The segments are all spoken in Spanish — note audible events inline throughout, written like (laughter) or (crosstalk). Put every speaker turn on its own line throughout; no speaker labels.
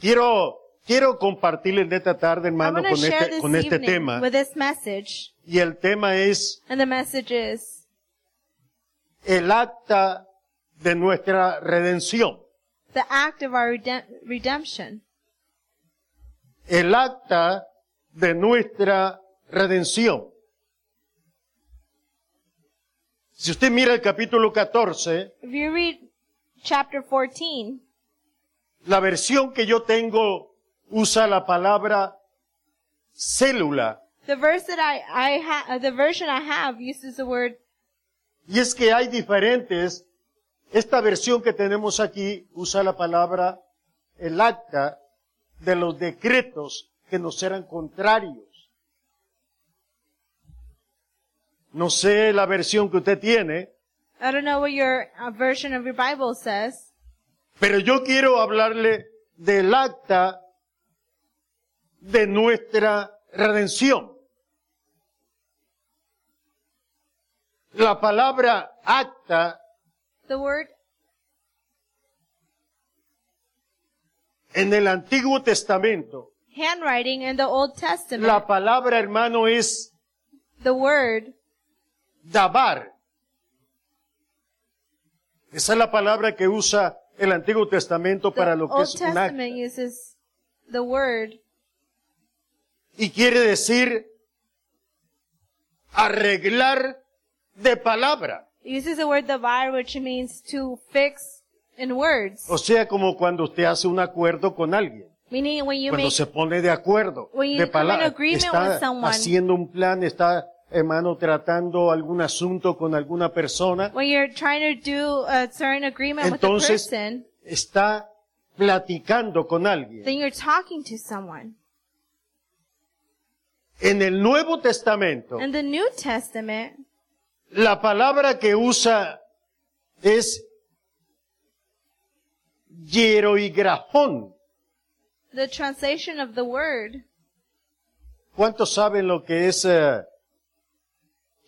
Quiero, quiero compartirles de esta tarde,
I
hermano,
want to
con
share
este,
this
con este
evening
tema.
with this message.
Y el tema es
And the message is
el acta de nuestra redención.
the act of our redemp- redemption.
El acta de nuestra redención. Si usted mira el capítulo 14,
If you read chapter 14,
la versión que yo tengo usa la palabra célula.
the verse that I, I ha- uh, the version I have uses the word,
Y es que hay diferentes. Esta versión que tenemos aquí usa la palabra el acta de los decretos que nos eran contrarios. No sé la versión que usted tiene,
I don't know what your uh, version of your Bible says,
pero yo quiero hablarle del acta de nuestra redención. La palabra acta
the word
en el Antiguo Testamento
handwriting in the Old Testament.
La palabra, hermano, es
The word,
dabar. Esa es la palabra que usa el Antiguo Testamento para
the
lo que
Old
es un acta.
Testament uses the word
Y quiere decir arreglar de palabra.
uses the word davar, which means to fix in words,
O sea, como cuando usted hace un acuerdo con alguien.
meaning when you
Cuando
make
se pone de acuerdo,
When you
de
come in
palabra,
agreement with
está
someone.
haciendo un plan, está, hermano, tratando algún asunto con alguna persona,
when you're trying to do a certain agreement with a
Entonces-
person,
está platicando con alguien.
then you're talking to someone.
En el Nuevo Testamento,
In the New Testament,
la palabra que usa es hieroigrafón.
the translation of the word,
¿Cuántos saben lo que es eh,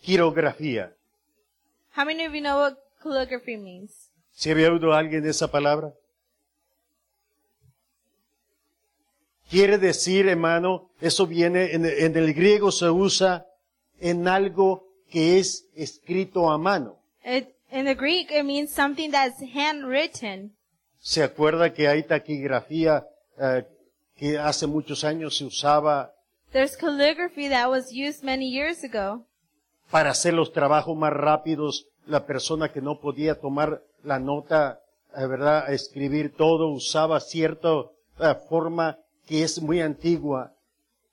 quirografía?
how many of you know what calligraphy means?
¿Se había oído alguien de esa palabra? Quiere decir, hermano, eso viene, en, en el griego se usa en algo que es escrito a mano.
It, in the Greek, it means something that's handwritten.
¿Se acuerda que hay taquigrafía eh, que hace muchos años se usaba
There's calligraphy that was used many years ago
para hacer los trabajos más rápidos? La persona que no podía tomar la nota, eh, ¿verdad? a Escribir todo, usaba cierta eh, forma que es muy antigua.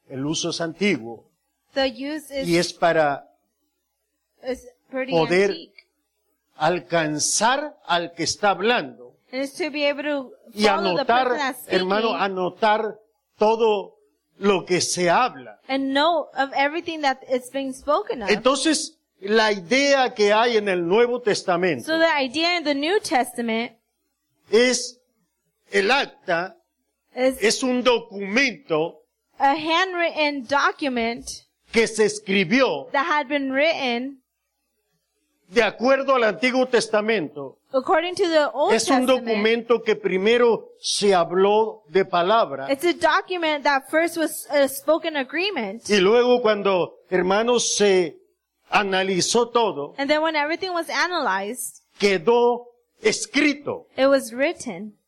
El uso es antiguo
The use is,
y es para
is pretty
poder-
antique.
alcanzar al que está hablando
And it's to be able to
y
follow the
anotar,
person that's speaking
hermano, anotar todo lo que se habla.
and know of everything that is being spoken of.
Entonces, la idea que hay en el Nuevo Testamento
so the idea in the New Testament
es el acta,
is
es un documento
a handwritten document
que se escribió
that had been written
de acuerdo al Antiguo Testamento.
according to the Old
Es un
Testament.
documento que primero se habló de palabra
It's a document that first was a spoken agreement.
y luego cuando, hermanos, se analizó todo,
And then when everything was analyzed,
quedó escrito.
it was written.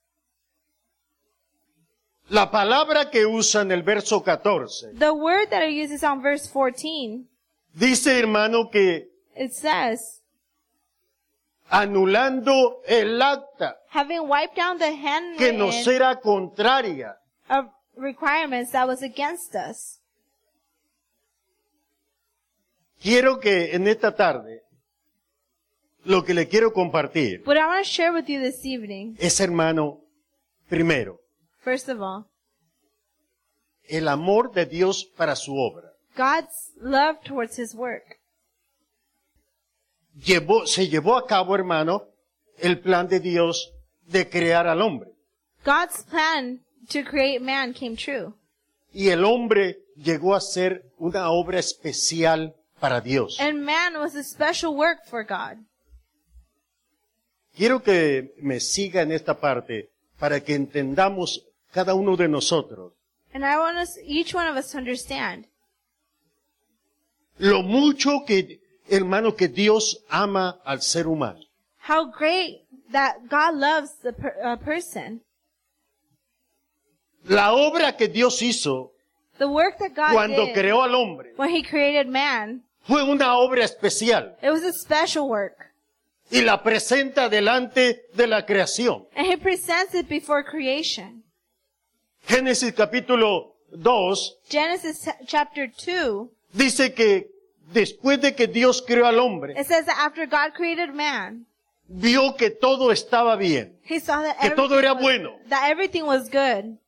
La palabra que usa en el verso 14
The word that it uses on verse 14,
dice, hermano, que
it says,
anulando el acta
having wiped down the
que
handwritten
nos era contraria.
of requirements that was against us.
Quiero que en esta tarde, lo que le quiero compartir
What I want to share with you this evening,
es, hermano, primero,
first of all,
el amor de Dios para su obra.
God's love towards His work.
Llevó, se llevó a cabo, hermano, el plan de Dios de crear al hombre.
God's plan to create man came true.
Y el hombre llegó a ser una obra especial para Dios.
And man was a special work for God.
Quiero que me siga en esta parte para que entendamos cada uno de nosotros.
And I want us, each one of us to understand
Lo mucho que, hermano, que Dios ama al ser humano.
how great that God loves the per, uh, person.
La obra que Dios hizo
The work that God
cuando
did
creó al hombre
when he created man,
fue una obra especial
it was a special work.
y la presenta delante de la creación.
And he presents it before creation.
Génesis capítulo 2
Genesis t- chapter 2,
dice que después de que Dios creó al hombre,
it says that after God created man,
vio que todo estaba bien,
he saw that,
que todo era
everything was,
bueno
that everything was good.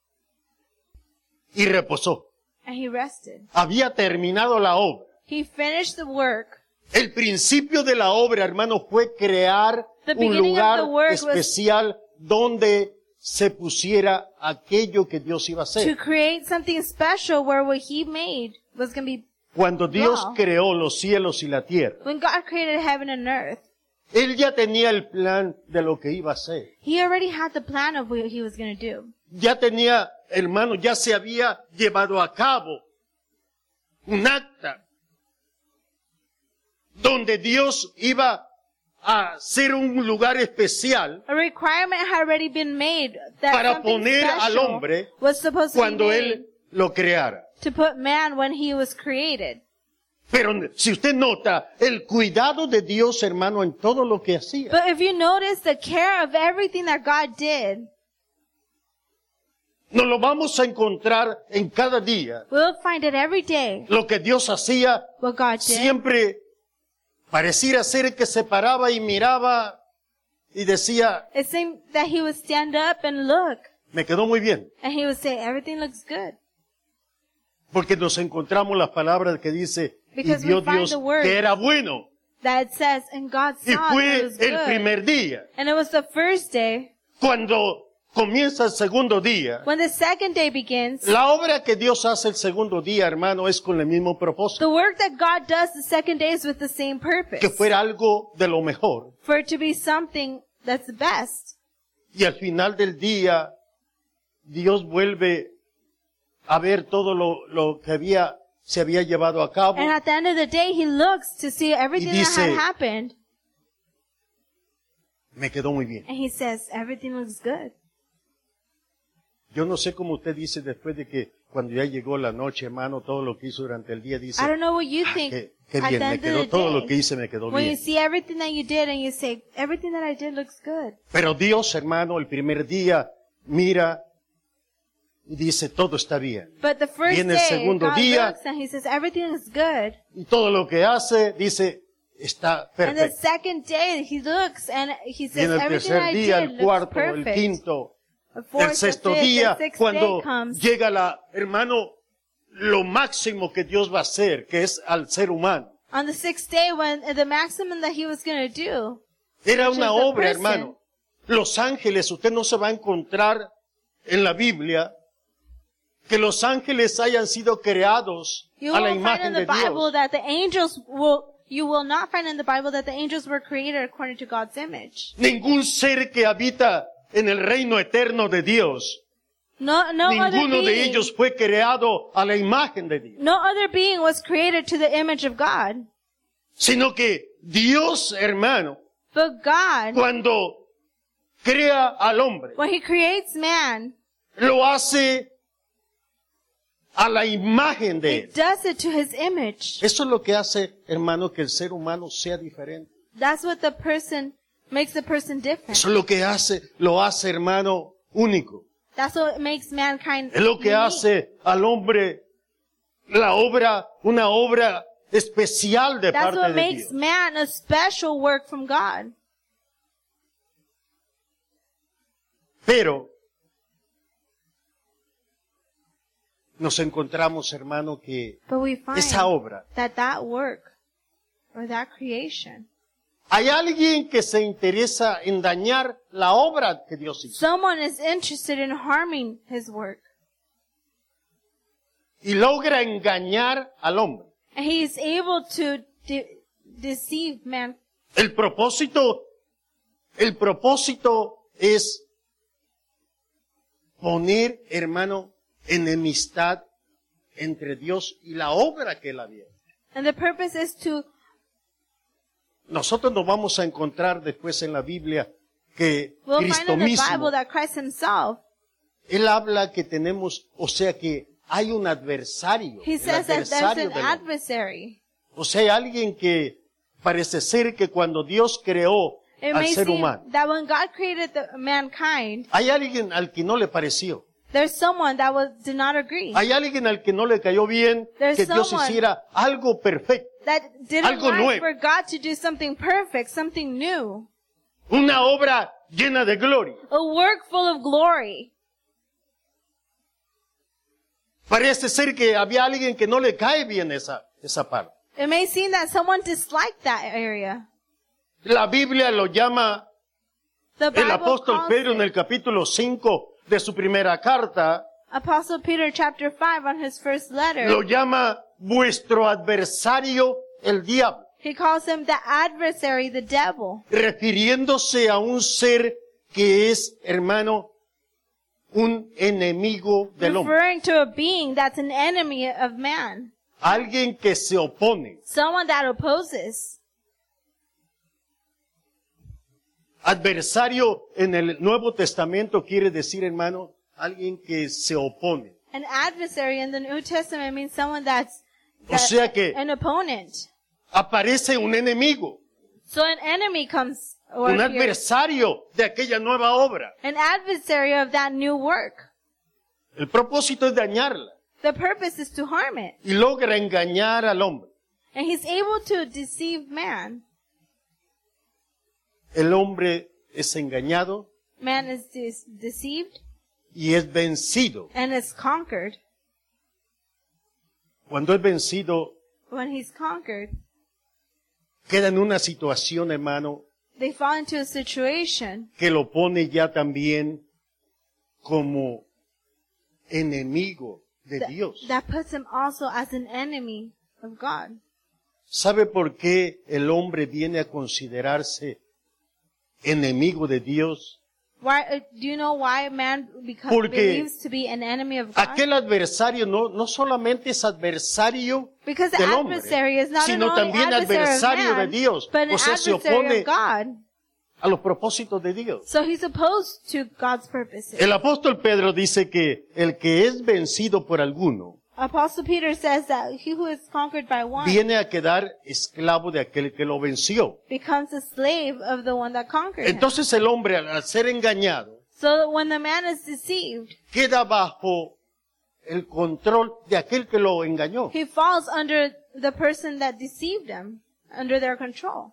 y reposó.
And he rested.
Había terminado la obra.
He finished the work.
El principio de la obra, hermano, fue crear
The
un
beginning of
lugar
the work was-
especial donde se pusiera aquello que Dios iba a
to
hacer.
create something special where what he made was going to be
Cuando Dios
Wow.
creó los cielos y la tierra,
when God created heaven and earth.
Él ya tenía el plan de lo que iba a hacer.
He already had the plan of what he was going to do.
Ya tenía, hermano, ya se había llevado a cabo un acta donde Dios iba a ser un lugar especial
A requirement had already been made that
Para
something
poner al
special
hombre
was supposed to be
cuando
made
él lo creara.
to put man when he was created.
Pero si usted nota el cuidado de Dios, hermano, en todo lo que hacía,
But if you notice the care of everything that God did,
nos lo vamos a encontrar en cada día.
we'll find it every day
Lo que Dios hacía
what God did.
siempre pareciera ser que se paraba y miraba y decía,
It seemed that he would stand up and look
me quedó muy bien,
and he would say, everything looks good.
porque nos encontramos las palabras que dice, y
Because we
vio
find
Dios
the word.
que era bueno,
That it says, and God
y
saw that it
fue
was good.
el primer día.
And it was the first day.
Cuando comienza el segundo día,
When the second day begins,
La obra que Dios hace el segundo día, hermano, es con el mismo propósito,
the work that God does the second day is with the same purpose.
que fuera algo de lo mejor.
For it to be something that's the best.
Y al final del día, Dios vuelve a ver todo lo, lo que había, se había llevado a cabo
And at the end of the day, he looks to see everything that had
dice-
happened.
me quedó muy bien.
And he says, everything looks good.
Yo no sé cómo usted dice después de que cuando ya llegó la noche, hermano, todo lo que hizo durante el día, dice,
I don't know what you
"Ah,
think.
qué, qué
at
bien,
the
me
end
quedó
of the
todo
day,
lo que hice, me quedó
when you
bien.
see everything that you did and you say, everything that I did looks good.
Pero Dios, hermano, el primer día mira y dice, todo está bien.
But the first
Viene el
day,
segundo
God
día.
looks and he says, everything is good.
y todo lo que hace, dice, está
And the
perfecto.
second day, he looks and
Y
he
en
says,
el
everything
tercer
I
día,
did
el
looks
cuarto, el
perfect.
quinto,
The fourth,
el
the
sexto
fifth, the
día,
sixth
cuando
day comes.
llega la, hermano, lo máximo que Dios va a hacer, que es al ser humano.
On the sixth day, when the maximum that he was going to do,
Era
Which
una
is the
obra,
person.
hermano. Los ángeles, usted no se va a encontrar en la Biblia que los ángeles hayan sido creados
you
a la
will find
imagen
in
de
the
Dios.
Bible that the angels will, you will not find in the Bible that the angels were created according to God's image.
Ningún ser que habita en el reino eterno de Dios
No, no other
Ninguno
being,
de ellos fue creado a la imagen de Dios,
no other being was created to the image of God.
sino que Dios, hermano,
But God,
cuando crea al hombre,
when he creates man,
lo hace a la imagen de
he
él.
does it to his image.
Eso es lo que hace, hermano, que el ser humano sea diferente.
That's what the person makes the person different.
Eso es lo que hace, lo hace, hermano, único.
That's what makes mankind
Es lo que
unique.
hace al hombre la obra, una obra especial de
That's
parte
what
de
makes
Dios.
man a special work from God.
Pero nos encontramos, hermano, que
But we find
esa obra,
that that work or that creation,
hay alguien que se interesa en dañar la obra que Dios hizo.
someone is interested in harming his work.
Y logra engañar al hombre.
And he is able to de- deceive man.
El propósito, el propósito es poner, hermano, enemistad entre Dios y la obra que él había.
And the purpose is to,
Nosotros nos vamos a encontrar después en la Biblia que
we'll
Cristo
find in the Bible
mismo,
that Christ himself,
él habla que tenemos, o sea que hay un adversario,
he
el
says that there's
adversario
an
del hombre.
adversary.
o sea, hay alguien que parece ser que cuando Dios creó
It
al
may
ser
seem
humano,
that when God created the, mankind,
hay alguien al que no le pareció,
there's someone that was, did not agree,
hay alguien al que no le cayó bien
There's
que Dios
someone-
hiciera algo perfecto,
that didn't
Algo
like
nuevo.
for God to do something perfect, something new,
una obra llena de gloria.
a work full of glory.
Parece ser que había alguien que no le cae bien esa, esa parte.
It may seem that someone disliked that area.
La Biblia lo llama
The
el
Bible
apóstol
calls
Pedro
it-
en el capítulo 5 de su primera carta,
Apostle Peter chapter 5 on his first letter.
lo llama vuestro adversario el diablo,
He calls him the adversary, the devil,
refiriéndose a un ser que es, hermano, un enemigo del hombre,
referring to a being that's an enemy of man,
alguien que se opone.
someone that opposes.
Adversario en el Nuevo Testamento quiere decir, hermano, alguien que se opone.
An adversary in the New Testament means someone that's
O sea que-
an opponent.
Aparece un enemigo,
So an enemy comes or
un
appears.
adversario de aquella nueva obra.
an adversary of that new work.
El propósito es dañarla
The purpose is to harm it,
y logra engañar al hombre.
and he's able to deceive man.
El hombre es engañado
Man is dis- deceived
y es vencido.
and is conquered.
Cuando es vencido,
When he's conquered,
queda en una situación, hermano,
they fall into a situation
que lo pone ya también como enemigo de
that,
Dios.
that puts him also as an enemy of God.
¿Sabe por qué el hombre viene a considerarse enemigo de Dios?
Why uh, do you know why man becomes
Porque
believes to be an enemy of God?
Aquel adversario no, no solamente es adversario
Because the
del hombre,
adversary is not
sino
an only
también
adversary
adversario
of
de
man,
Dios.
but an
O sea, se
adversary
opone
of God.
a los propósitos de Dios.
So he's opposed to God's purposes.
El apóstol Pedro dice que el que es vencido por alguno
Apostle Peter says that he who is conquered by one
viene a quedar esclavo de aquel que lo venció.
becomes a slave of the one that conquered him.
Entonces el hombre al- al ser engañado
So that when the man is deceived,
queda bajo el control de aquel que lo engañó.
he falls under the person that deceived him, under their control.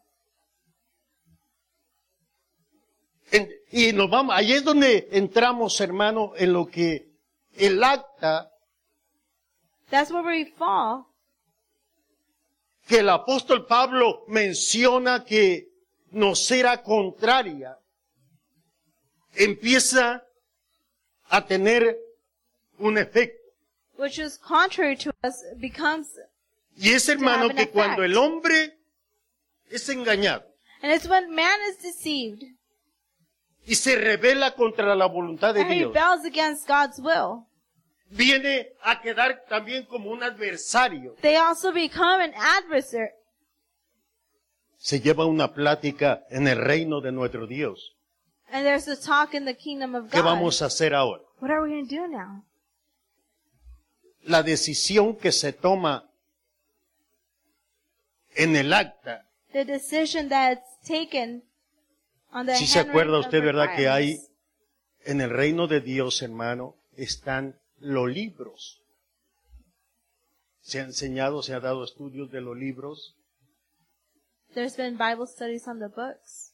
En- y nos vamos, ahí es donde entramos, hermano, en lo que el acta
That's where we fall.
que el apóstol Pablo menciona que nos era contraria, empieza a tener un efecto.
which is contrary to us, becomes,
Y es hermano
an
que
effect.
cuando el hombre es engañado
and it's when man is deceived
y se revela contra la voluntad de
and
Dios,
rebels against God's will,
viene a quedar también como un adversario.
they also become an adversary.
Se lleva una plática en el reino de nuestro Dios.
And there's a talk in the kingdom of
¿Qué
God.
vamos a hacer ahora?
What are we going to do now?
La decisión que se toma en el acta.
The decision that's taken on the
Si se
handwriting
acuerda
of
usted, ¿verdad? Que hay
requirements.
en el reino de Dios, hermano, están los libros. Se ha enseñado, se ha dado estudios de los libros.
There's been Bible studies on the books.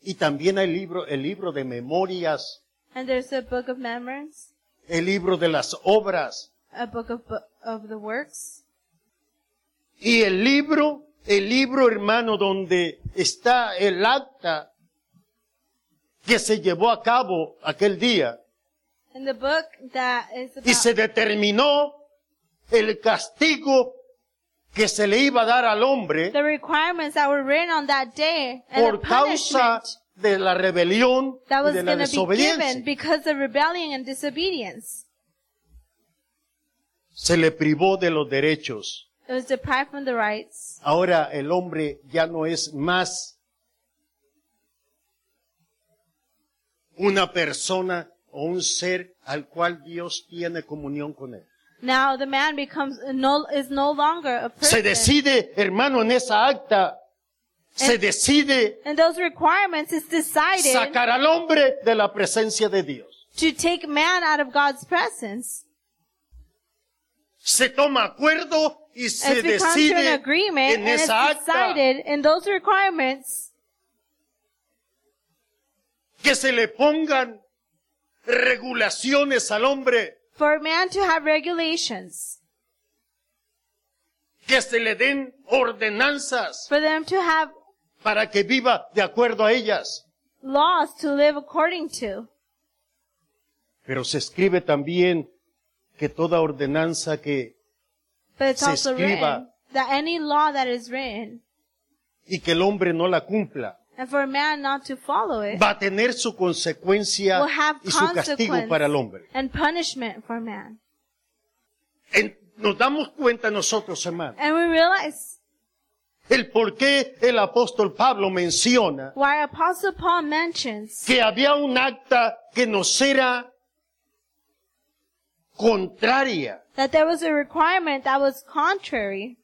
Y también hay libro, el libro de memorias,
And there's a book of memories,
el libro de las obras
a book of, bu- of the works.
y el libro, el libro hermano donde está el acta que se llevó a cabo aquel día
And the book that is about...
y se determinó el castigo que se le iba a dar al hombre
the requirements that were written on that day and the
por causa
punishment
de la rebelión
that
y
was
de la
going to be given
desobediencia.
because of rebellion and disobedience.
Se le privó de los derechos.
It was deprived from the rights.
Ahora el hombre ya no es más una persona o un ser al cual Dios tiene comunión con él.
Now the man becomes no is no longer a
Se
person.
decide, hermano, en esa acta, se decide
And those requirements is decided
sacar al hombre de la presencia de Dios.
to take man out of God's presence.
Se toma acuerdo y se
It's become to an
decide
agreement
en
and it's
esa acta
decided in those requirements
que se le pongan regulaciones al hombre,
for a man to have regulations,
que se le den ordenanzas
for them to have
para que viva de acuerdo a ellas.
laws to live according to.
Pero se escribe también que toda ordenanza que
But it's
Se
also
escriba.
written that any law that is written
y que el hombre no la cumpla
and for a man not to follow it
va a tener su consecuencia
Eh. will have
y su castigo
consequence
para el hombre.
and punishment for man.
En- nos damos cuenta nosotros, hermano,
And we realize
el por qué el apóstol Pablo menciona
why Apostle Paul mentions
que había un acta que nos era contraria.
that there was a requirement that was contrary.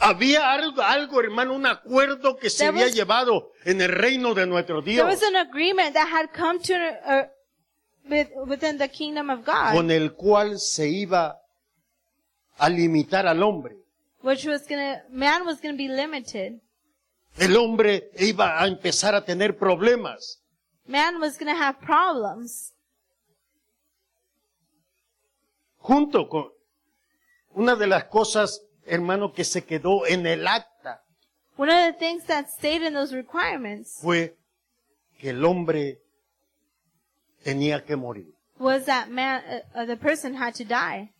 Había algo, algo, hermano, un acuerdo que se
There
había
was-
llevado en el reino de nuestro
There
Dios,
was an agreement that had come to uh, with, within the kingdom of God,
con el cual se iba a limitar al hombre.
which was gonna man was gonna be limited.
El hombre iba a empezar a tener problemas.
Man was gonna have problems.
Junto con una de las cosas, hermano, que se quedó en el acta
One of the things that stayed in those requirements
fue que el hombre tenía que morir.
was that man, uh, uh, the person had to die.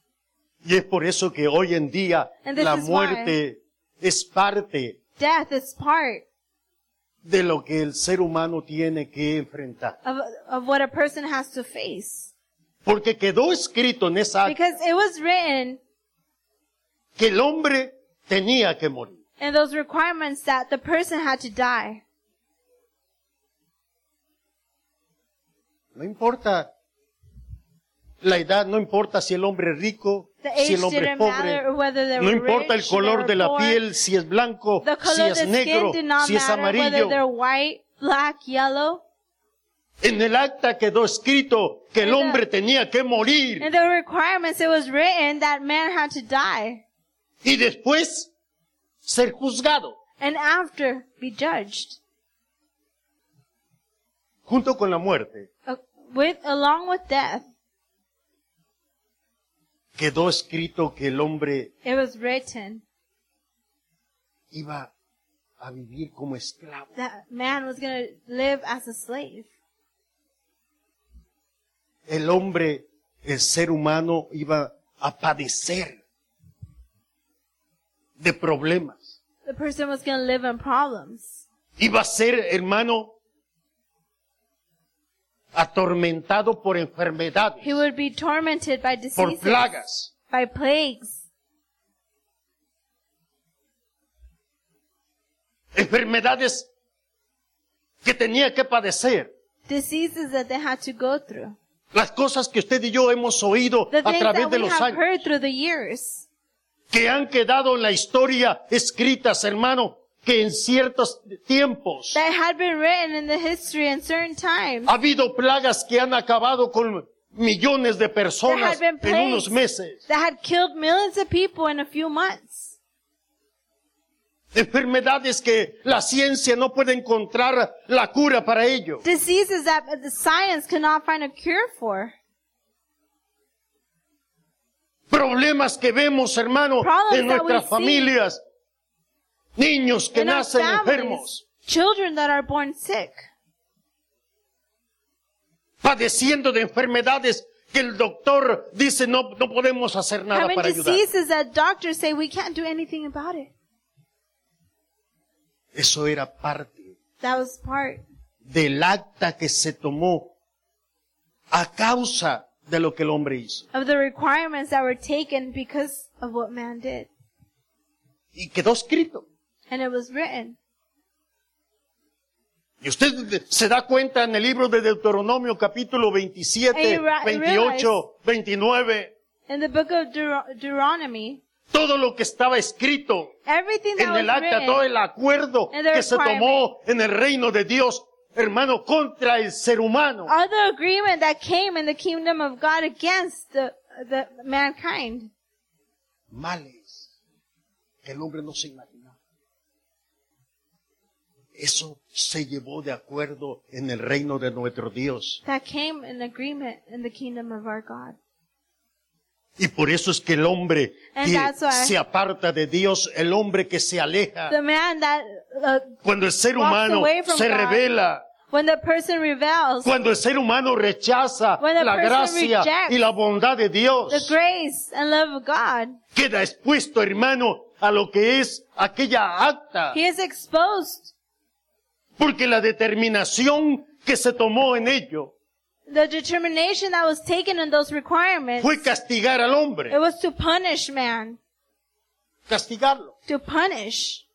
Y es por eso que hoy en día
And this
la
is why-
muerte es parte
Death is part
de lo que el ser humano tiene que enfrentar.
of of what a person has to face
Porque quedó escrito en esa acta
because it was written
que el hombre tenía que morir.
in those requirements that the person had to die.
No importa la edad, no importa si el hombre es rico,
The
si
age
el hombre es
didn't
pobre,
matter whether they
no
were
importa el
rich, they
color
were
de la
poor.
piel, si es blanco,
The
si
color of
es
the skin
negro,
did not
si es
matter whether
amarillo.
they're white, black, yellow.
En el acta quedó escrito que el
And the-
hombre tenía que morir.
In the requirements, it was written that man had to die
y después ser juzgado
and after be judged
junto con la muerte.
uh, with along with death.
Quedó escrito que el hombre
It was written
iba a vivir como esclavo.
that man was going to live as a slave.
El hombre, el ser humano, iba a padecer de problemas.
The person was going to live in problems.
Iba a ser, hermano, atormentado por enfermedades,
He would be tormented by
por
diseases,
plagas.
by plagues,
Enfermedades que tenía que padecer.
diseases that they had to go through.
Las cosas que usted y yo hemos oído
The
a
things
través
that
de
we
los
have
años.
heard through the years.
que han quedado en la historia escritas, hermano, que en ciertos tiempos
that had been written in the history in certain times.
ha habido plagas que han acabado con millones de
There
personas
had been
en unos
plagues
meses,
that had killed millions of people in a few months.
enfermedades que la ciencia no puede encontrar la cura para ello.
Diseases that the science could not find a cure for.
Problemas que vemos, hermano,
Problems
en
that we
nuestras
see.
familias. Niños que
In our
nacen
families,
enfermos,
children that are born sick,
padeciendo de enfermedades que el doctor dice no, no podemos hacer nada
having
para ayudar.
diseases that doctors say we can't do anything about it.
Eso era parte
That was part
del acta que se tomó a causa de lo que el hombre hizo.
of the requirements that were taken because of what man did.
Y quedó escrito.
And it was written.
Y usted de- se da cuenta en el libro de Deuteronomio capítulo 27,
And you ra-
28, 29,
In the book of Deut- Deuteronomy,
todo lo que estaba escrito
everything that
en el acta, todo
was
el acuerdo
And the
que se
requirement.
tomó en el reino de Dios, hermano, contra el ser humano.
written, all the agreement that came in the kingdom of God against the, the mankind,
males que el hombre no se imaginaba. Eso se llevó de acuerdo en el reino de nuestro Dios.
that came in agreement in the kingdom of our God.
Y por eso es que el hombre
And
que
that's why-
se aparta de Dios, el hombre que se aleja,
The man that, uh,
cuando el ser
walks
humano
away from
se
God.
revela,
when the person rebels,
cuando el ser humano rechaza
When the
la
person
gracia
rejects
y la bondad de
the
Dios,
grace and love of God,
queda expuesto, hermano, a lo que es aquella acta.
he is exposed.
Porque la determinación que se tomó en ello
The determination that was taken in those requirements,
fue castigar al
it
hombre,
was to punish man,
castigarlo.
to punish.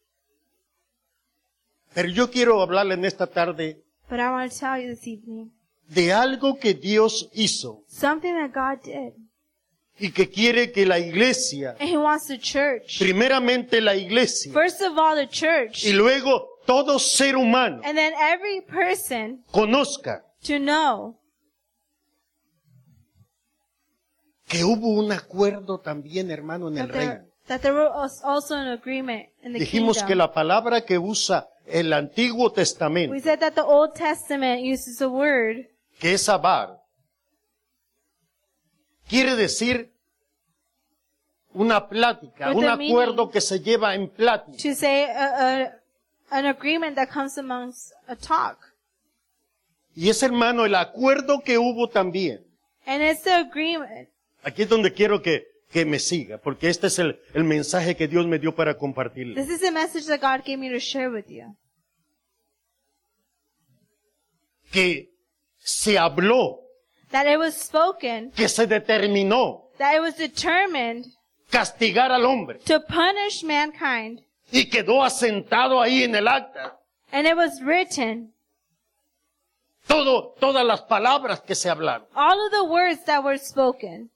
Pero yo quiero hablarle en esta tarde
But I want to tell you this evening,
de algo que Dios hizo
something that God did.
y que quiere que la iglesia,
And he wants the church.
primeramente la iglesia
First of all, the church.
y luego todo ser humano
And then every person
conozca
to know
que hubo un acuerdo también, hermano, en el
that there,
reino.
that there was also an agreement in the
Dijimos que
kingdom.
la palabra que usa el Antiguo
We
Testamento,
said that the Old Testament uses a word
que es abar, quiere decir una plática,
With
un
the
acuerdo
meaning.
que se lleva en plática.
to say a, a, an agreement that comes amongst a talk.
Y es, hermano, el acuerdo que hubo también.
And it's the agreement.
Aquí es donde quiero que, que me siga, porque este es el, el mensaje que Dios me dio para compartirle.
This is the message that God gave me to share with you.
Que se habló,
That it was spoken,
que se determinó
that it was determined
castigar al hombre.
to punish mankind.
Y quedó asentado ahí en el acta.
And it was written,
Todo, todas las palabras que se hablaron.
all of the words that were spoken.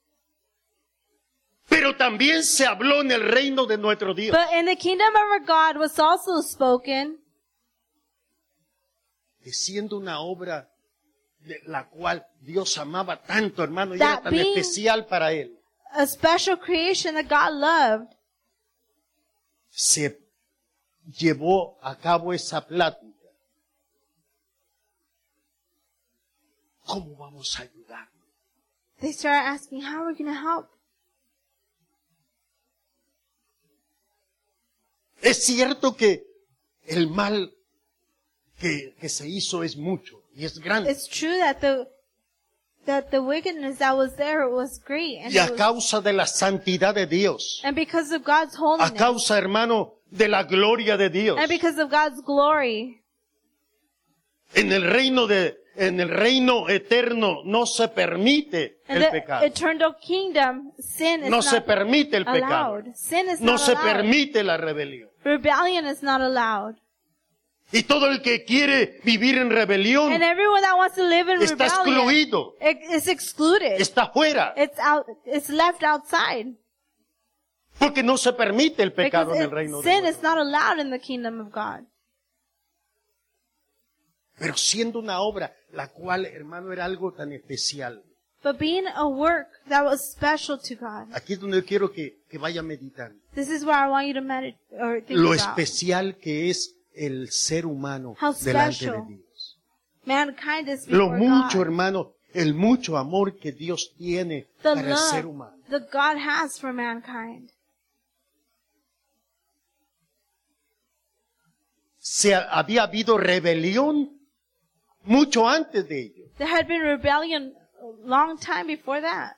Pero también se habló en el reino de nuestro Dios.
But in the kingdom of our God was also spoken
De siendo una obra de la cual Dios amaba tanto, hermano, y
That
era tan
being-
especial para él.
a special creation that God loved.
se llevó a cabo esa plática. ¿Cómo vamos a ayudar?
They started asking, how are we going to help?
Es cierto que el mal que, que se hizo es mucho y es grande.
It's true that the that the wickedness that was there was great, and,
Y
it
a
was-
causa de la santidad de Dios,
and because of God's
a
holiness,
causa, hermano, de la gloria de Dios,
and because of God's glory,
en el reino de, en el reino eterno no se permite
and
el
the
pecado.
eternal kingdom, sin is
No
not
se permite el pecado.
allowed. Sin is
No
not
se
allowed.
permite la rebelión.
Rebellion is not allowed,
Y todo el que quiere vivir en rebelión
and everyone that wants to live in
está
rebellion Eh,
excluido,
is excluded.
está fuera,
It's out. It's left outside.
porque no se permite el pecado en
Because
el
it-
reino de
sin
Dios.
is not allowed in the kingdom of God.
Pero siendo una obra, la cual, hermano, era algo tan especial.
But being a work that was special to God.
Aquí es donde yo quiero que, que vaya meditando.
This is where I want you to meditate or think
Lo
about
especial que es el ser humano
How
delante de
special.
Dios.
mankind is
Lo
before
mucho,
God.
hermano, el mucho amor que Dios tiene
The
para el ser
love
humano.
that God has for mankind.
Se ha- había habido rebelión mucho antes de ello.
There had been rebellion a long time before that.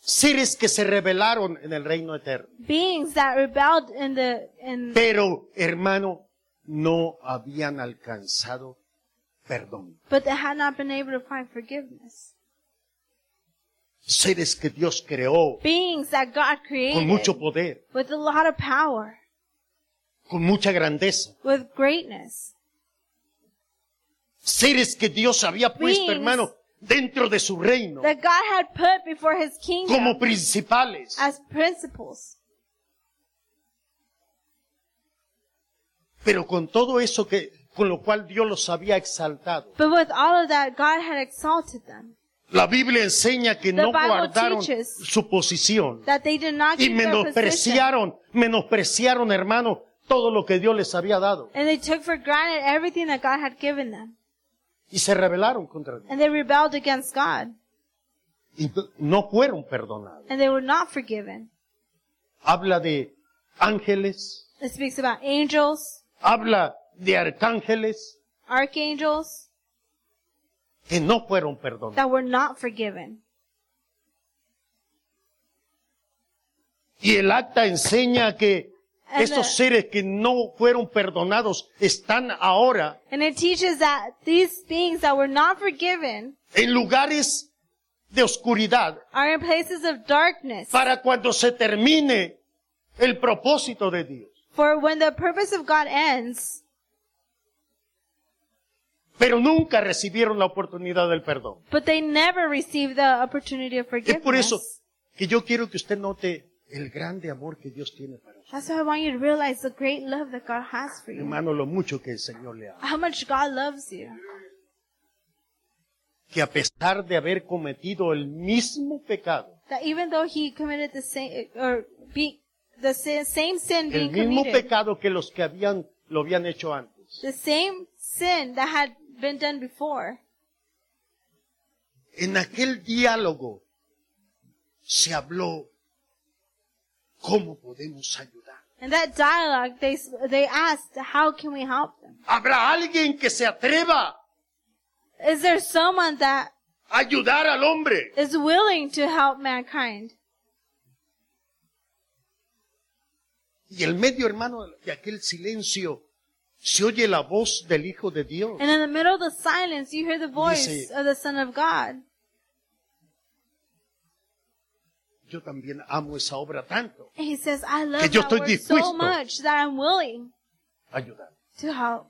Seres que se rebelaron en el reino eterno.
Beings that rebelled in the in
Pero, hermano, no habían alcanzado perdón.
but they had not been able to find forgiveness.
Seres que Dios creó
Beings that God
con
created
mucho poder,
with a lot of power,
con mucha grandeza.
with greatness.
Seres que Dios había puesto,
Beings.
hermano, dentro de su reino,
that God had put before his
como
kingdom
principales.
as principles.
Pero con todo eso que, con lo cual Dios los había exaltado.
But with all of that, God had exalted them,
La Biblia enseña que
The
no
Bible
guardaron
teaches
su posición
that they did not
y
keep their position.
menospreciaron, menospreciaron, hermano, todo lo que Dios les había dado
And they took for granted everything that God had given them.
y se rebelaron contra Dios
And they rebelled against God.
y no- no fueron perdonados.
And they were not forgiven.
Habla de ángeles,
It speaks about angels,
habla de arcángeles
archangels,
que no fueron perdonados.
that were not forgiven.
Y el acta enseña que
And
estos
the-
seres que no fueron perdonados están ahora
And it teaches that these beings that were not forgiven
en lugares de oscuridad
are in places of darkness.
para cuando se termine el propósito de Dios.
For when the purpose of God ends,
Pero nunca recibieron la oportunidad del perdón.
But they never receive the opportunity of
Es
forgiveness.
por eso que yo quiero que usted note el grande amor que Dios tiene para usted.
That's why I want you to realize the great love that God has for you.
Hermano, lo mucho que el Señor le ama.
How much God loves you.
Que a pesar de haber cometido el mismo pecado,
That even though he committed the same, or be, the si- same sin
el
being
mismo
committed,
pecado que los que habían, lo habían hecho antes,
the same sin that had been done before,
en aquel diálogo se habló cómo podemos ayudar.
in that dialogue, they, s- they asked, how can we help them?
¿Habrá alguien que se atreva
Is there someone that
a ayudar al hombre?
is willing to help mankind?
Y el medio hermano de aquel silencio se oye la voz del Hijo de Dios.
And in the middle of the silence, you hear the voice
Dice-
of the Son of God.
Yo también amo esa obra tanto.
And he says, I love
Que yo
that
estoy
word
dispuesto.
so much that I'm willing
Ayudar.
to help.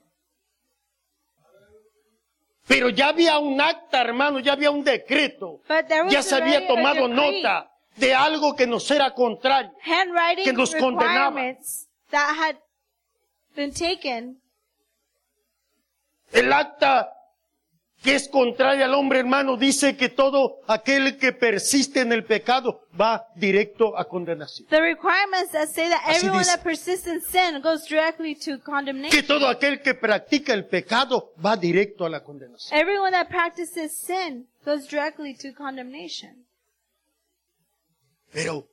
Pero ya había un acta, hermano, ya había un decreto.
But there was
Ya se había
already
tomado
a decree,
nota de algo que nos era contrario.
handwriting
que los condenaba.
requirements that had been taken.
El acta que es contraria al hombre, hermano, dice que todo aquel que persiste en el pecado va directo a condenación.
The requirements that say that
Así
everyone
dice.
that persists in sin goes directly to
Que
condemnation.
todo aquel que practica el pecado va directo a la condenación.
Everyone that practices sin goes directly to condemnation.
Pero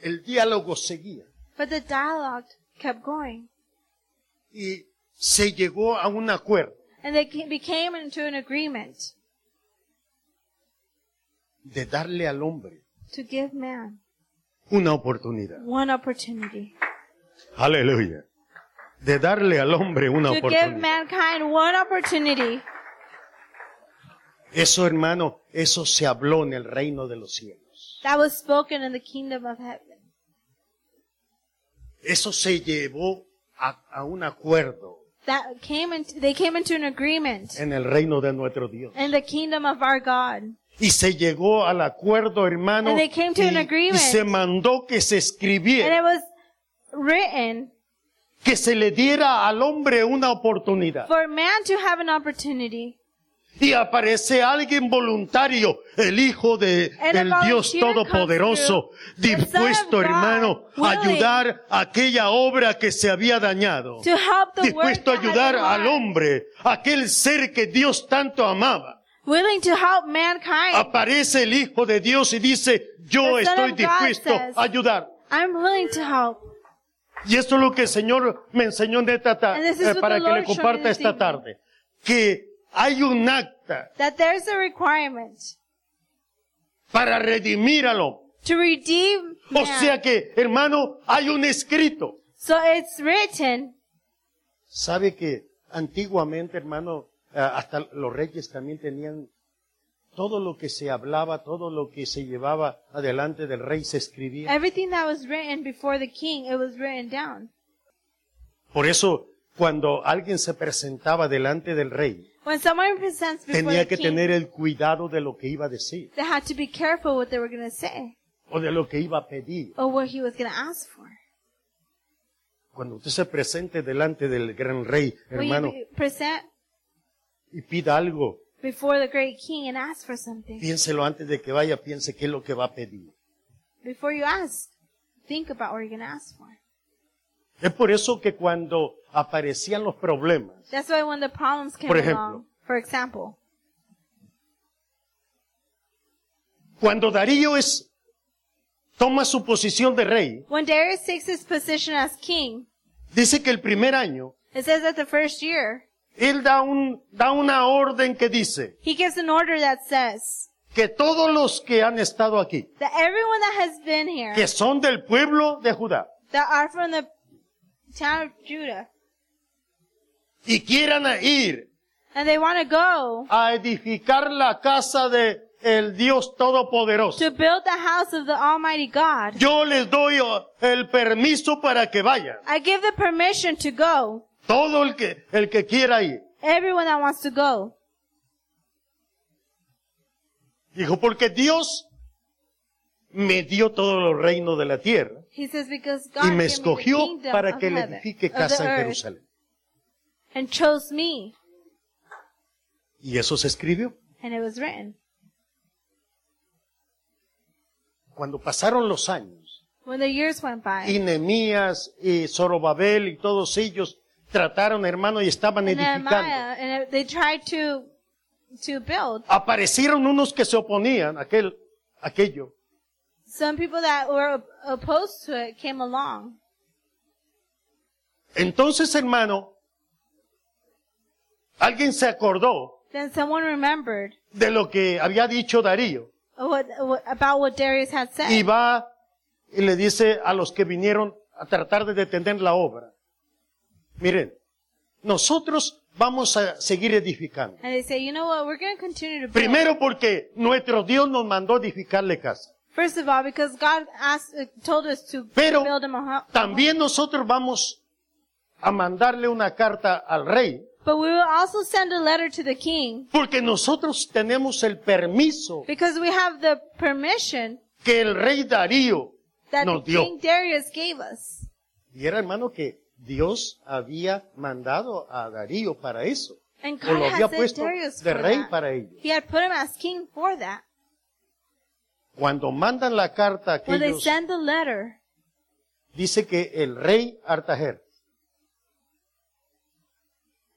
el diálogo seguía
But the dialogue kept going.
y se llegó a un acuerdo.
And they ca- became into an agreement
de darle al hombre
to give man
una oportunidad.
one opportunity.
Aleluya. De darle al hombre una
to give
oportunidad.
mankind one opportunity.
Eso, hermano, eso se habló en el reino de los cielos.
that was spoken in the kingdom of heaven.
Eso se llevó a, a un acuerdo
That came into, they came into an agreement
en el reino de nuestro Dios.
in the kingdom of our God.
Y se llegó al acuerdo, hermano,
And they came to
y,
an agreement.
y se mandó que se
And it
escribiera,
was written
que se le diera al hombre una oportunidad.
for man to have an opportunity.
Y aparece alguien voluntario, el Hijo de,
And
del
a
Dios
volunteer
Todopoderoso,
comes through, the Son of
dispuesto,
God,
hermano, a
willing.
ayudar a aquella obra que se había dañado.
To
(laughs)
help the work
Dispuesto a
that had
ayudar
been
al
lost.
hombre, aquel ser que Dios tanto amaba.
Willing to help mankind.
Aparece el Hijo de Dios y dice, yo
The Son
estoy
of God
dispuesto
says-
a ayudar.
I'm willing to help.
Y esto es lo que el Señor me enseñó en esta ta-
And this is
eh,
what
para
the
que le
Lord showed me
comparta
this
esta
evening.
tarde. Que hay un acta
That there's a requirement
para redimir al hombre.
to redeem
O
man.
sea que, hermano, hay un escrito
so it's written
Sabe que antiguamente, hermano, eh, hasta los reyes también tenían todo lo que se hablaba, todo lo que se llevaba adelante del rey se escribía.
Everything that was written before the king, it was written down.
Por eso, cuando alguien se presentaba delante del rey,
When someone presents before
tenía
the
que
king,
tener el cuidado de lo que iba a decir
they had to be careful what they were going to say
o de lo que iba a pedir.
or what he was going to ask for.
Cuando usted se presente delante del gran rey, hermano,
When you present
y pida algo,
before the great king and ask for something,
piénselo antes de que vaya, piense qué es lo que va a pedir.
before you ask, think about what you're going to ask for.
Es por eso que cuando aparecían los problemas,
That's why when the problems came
Por ejemplo.
along, for example,
cuando Darío es, toma su posición de rey,
when Darius takes his position as king,
dice que el primer año,
it says that the first year,
él da, un, da una orden que dice
he gives an order that says
que todos los que han estado aquí,
that everyone that has been here,
que son del pueblo de Judá,
that are from the town of Judah,
y quieran ir
and they want to go
a edificar la casa de el Dios Todopoderoso,
to build the house of the Almighty God.
yo les doy oh, el permiso para que vayan.
I give the permission to go,
Todo el que, el que quiera ir.
everyone that wants to go.
Dijo, porque Dios me dio todos los reinos de la tierra
He says, because God
y me
gave me the
escogió
kingdom
para
of
que le
heaven,
edifique
of the
casa en
earth,
Jerusalén.
and chose me,
Y eso se escribió.
and it was written.
Cuando pasaron los años,
When the years went by,
y Nehemías y Zorobabel y todos ellos trataron, hermano, y estaban
and
edificando.
Nehemiah, and it- they tried to to build.
Aparecieron unos que se oponían a aquel, aquello.
Some people that were op- opposed to it came along.
Entonces, hermano, alguien se acordó
Then someone remembered
de lo que había dicho Darío
what, what about what Darius had said.
y va y le dice a los que vinieron a tratar de detener la obra. Miren, nosotros vamos a seguir edificando.
And they say, you know what, we're going to continue to build.
Primero porque nuestro Dios nos mandó edificarle casa.
First of all, because God asked, uh, told us to
Pero
build him a house.
También nosotros vamos a mandarle una carta al rey
But we will also send a letter to the king
porque nosotros tenemos el permiso
because we have the permission
que el rey Darío
that
nos
the
dio.
King Darius gave us.
Y era hermano que Dios había mandado a Darío para eso.
And
O
God
lo había
has sent
puesto
Darius
de
for
rey
that.
para ello.
He had put him as king for that.
Cuando mandan la carta a
When they
aquellos,
send the letter,
dice que el rey Artajer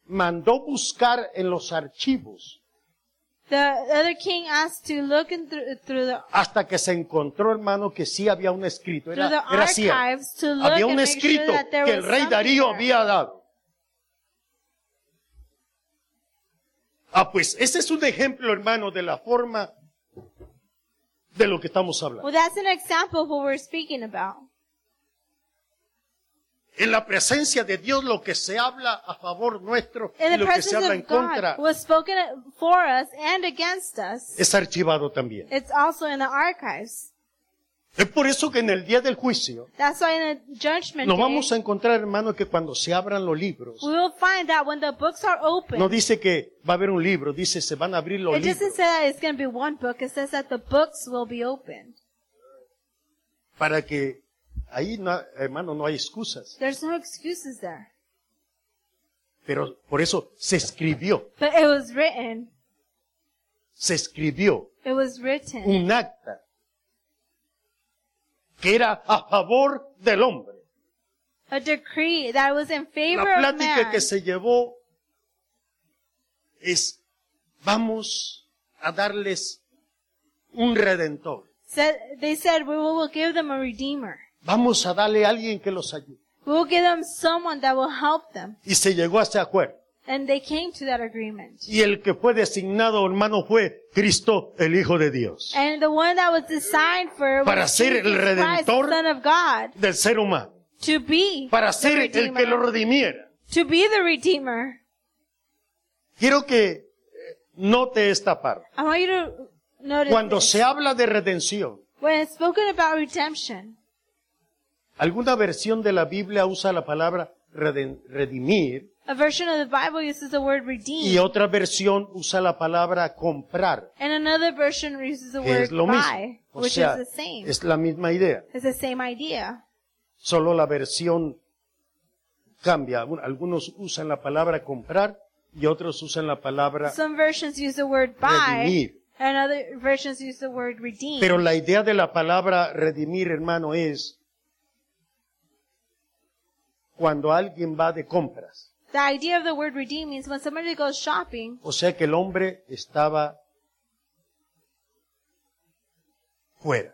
mandó buscar en los archivos
the other king asked to look in through, through the
hasta que se encontró, hermano, que sí había un escrito.
through the
Era, era cierto.
archives to look
Había
and
un
make sure
escrito
that there
que el
was
rey
something
Darío
there.
había dado. Ah, pues ese es un ejemplo, hermano, de la forma de lo que estamos hablando.
Well, that's an example of what we're speaking about.
En la presencia de Dios lo que se habla a favor nuestro y
In the
lo que
presence
se habla en
of
contra
God was spoken for us and against us.
es archivado también.
It's also in the archives.
Es por eso que en el día del juicio
That's why in the judgment
nos
day,
vamos a encontrar, hermano, que cuando se abran los libros,
we will find that when the books are open,
no dice que va a haber un libro, dice se van a abrir los
it doesn't
libros
say that it's going to be one book. It says that the books will be opened.
para que ahí, no, hermano, no hay excusas.
There's no excuses there.
Pero por eso se escribió,
But it was written.
se escribió
It was written.
un acta que era a favor del hombre.
A decree that was in
La
favor of
plática
man.
que se llevó es, vamos a darles un redentor,
Said, they said, we will give them a redeemer.
vamos a darle a alguien que los ayude.
We will give them someone that will help them.
Y se llegó a ese acuerdo.
And they came to that agreement.
Y el que fue designado, hermano, fue Cristo, el Hijo de Dios,
And the one that was designed for
Para
was
ser el
Jesus Christ,
redentor.
Son of God,
del ser humano,
to be
para
the
ser el
redeemer,
que lo redimiera,
to be the Redeemer.
Quiero que eh, note esta parte.
I want you to notice
Cuando
this.
se habla de redención,
when it's spoken about redemption,
alguna versión de la Biblia usa la palabra reden- redimir
a version of the Bible uses the word redeem,
y otra versión usa la palabra comprar,
and another version uses the
que
word
es lo mismo.
buy,
O
which
sea,
is the same.
es la misma idea.
It's the same idea.
Solo la versión cambia. Algun- Algunos usan la palabra comprar y otros usan la palabra.
Some versions use the word buy,
Redimir.
and other versions use the word redeem.
Pero la idea de la palabra redimir, hermano, es cuando alguien va de compras.
the idea of the word redeem means when somebody goes shopping,
O sea que el hombre estaba fuera.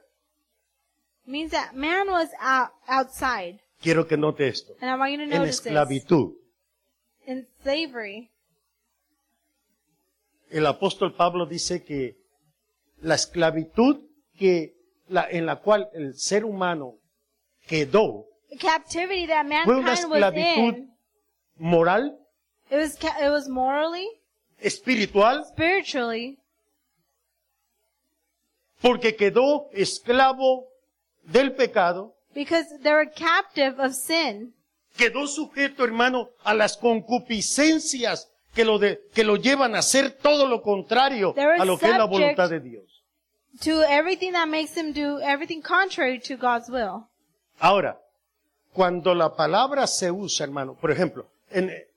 means that man was out, outside.
Quiero que note esto.
And I want you to
En
notice this.
esclavitud.
In slavery,
El apóstol Pablo dice que la esclavitud que, la, en la cual el ser humano quedó
the captivity that
fue una
mankind was
esclavitud
in,
moral,
it was, ca- it was morally,
espiritual,
spiritually,
porque quedó esclavo del pecado,
because they were captive of sin.
quedó sujeto, hermano, a las concupiscencias que lo, de- que lo llevan a hacer todo lo contrario
They were
a lo que es la
subject-
voluntad de Dios.
to everything that makes them do everything contrary to God's will.
Ahora, cuando la palabra se usa, hermano, por ejemplo, en eh,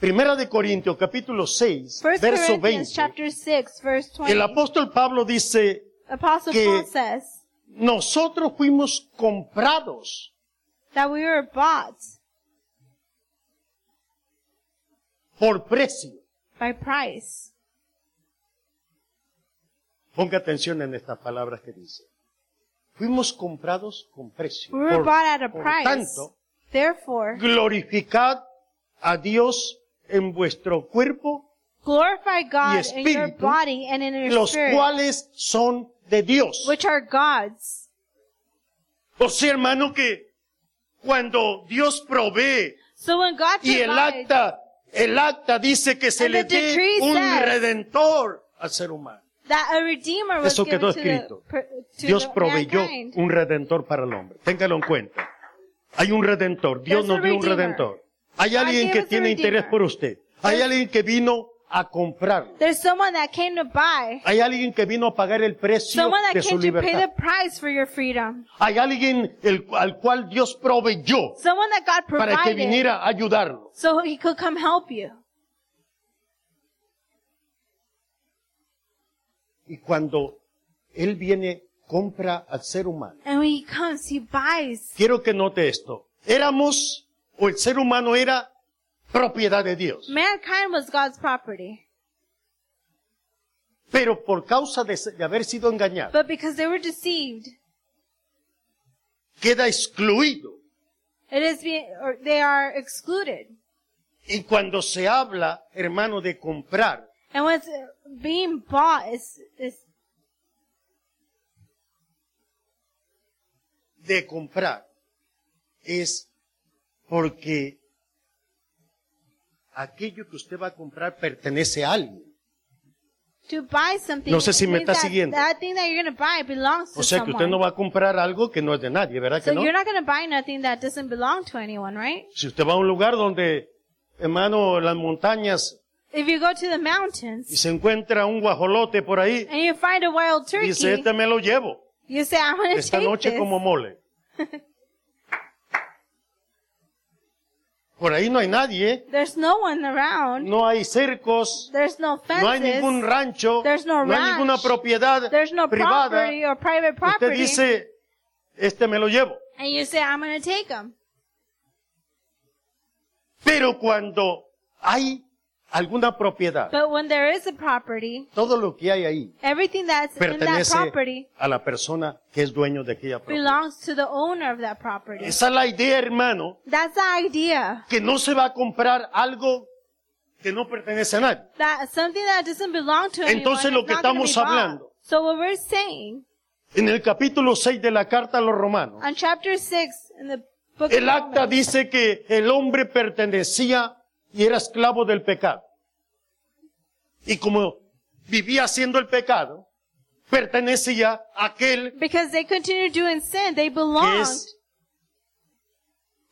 Primera de Corintios capítulo 6,
First
verso
Corinthians
20,
chapter 6 verse 20.
el apóstol Pablo dice,
Apostle
que-
Paul says
nosotros fuimos comprados
that we were bought
por precio.
by price.
Ponga atención en estas palabras que dice. Fuimos comprados con precio.
We were
Por-
bought at a
por
price.
tanto,
Therefore,
glorificad a Dios en vuestro cuerpo,
glorify God in your
espíritu,
body and in your
los
spirit,
cuales son de Dios.
which are God's.
O sea, hermano, que cuando Dios provee
So when God
y el
provides,
acta, el acta dice que se
And
le
the
dé
decree
un
says-
redentor al ser humano.
that a redeemer was
Eso
given
quedó
to
escrito.
the, per- to
Dios
the
proveyó
mankind.
un redentor para el hombre. Téngalo en cuenta. Hay un redentor. Dios
There's
nos
a
dio un
redeemer.
redentor. Hay
God
alguien
gave
que
us a
tiene interés
redeemer.
por usted. Hay alguien que vino a comprarlo.
There's someone that came to buy,
Hay alguien que vino a pagar el precio
someone that
de su
came to pay
libertad.
the price for your freedom,
Hay alguien el- al cual Dios proveyó
someone that God
para que
provided.
viniera a ayudarlo.
so he could come help you.
Y cuando Él viene, compra al ser humano.
And when he comes, he buys.
Quiero que note esto. Éramos, o el ser humano era propiedad de Dios.
Mankind was God's property.
Pero por causa de, se- de haber sido engañado,
But because they were deceived,
queda excluido.
it is being, or they are excluded.
Y cuando se habla, hermano, de comprar,
And what's being bought is, is
de comprar, es porque aquello que usted va a comprar pertenece a alguien.
to buy something.
No sé si me
means
está
that,
siguiendo.
That thing that you're going to buy belongs to
O sea que
someone.
usted no va a comprar algo que no es de nadie, ¿verdad
so
que no?
you're not going to buy nothing that doesn't belong to anyone, right?
Si usted va a un lugar donde, hermano, las montañas
If you go to the
y
mountains
se encuentra un guajolote por ahí,
and you find a wild turkey,
dice, este me lo llevo.
you say, I'm going to
Esta
(laughs) take
noche
this.
como mole. Por ahí no hay nadie, ¿eh?
There's no one around.
no hay cercos,
There's no fences.
no hay ningún rancho,
There's no
no hay
ranch.
ninguna propiedad
There's no
privada.
property or private
Usted
property.
dice, este me lo llevo.
and you say, I'm going to take them.
Pero cuando hay alguna propiedad,
But when there is a property,
todo lo que hay ahí
everything that's in that
pertenece
property
a la persona que es dueño de aquella propiedad.
belongs to the owner of that property.
Esa es la idea, hermano,
That's the idea.
que no se va a comprar algo que no pertenece a nadie.
That something that doesn't belong to anyone
Entonces, lo
is
que
not gonna be
estamos
bought.
hablando.
So what we're saying
En el capítulo 6 de la carta a los romanos,
on chapter 6 in the book
El
of
acta
Romans.
dice que el hombre pertenecía y era esclavo del pecado. Y como vivía haciendo el pecado, pertenecía a aquel
Because they continued doing sin, they
que
belonged
es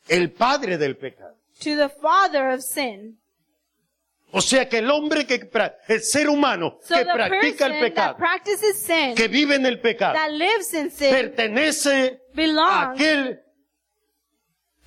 el padre del pecado.
to the father of sin.
O sea que el hombre que, pra- el ser humano
So
que
the
practica
person
el
that
pecado,
practices sin,
que vive en el pecado,
that lives in sin,
pertenece a
belongs
aquel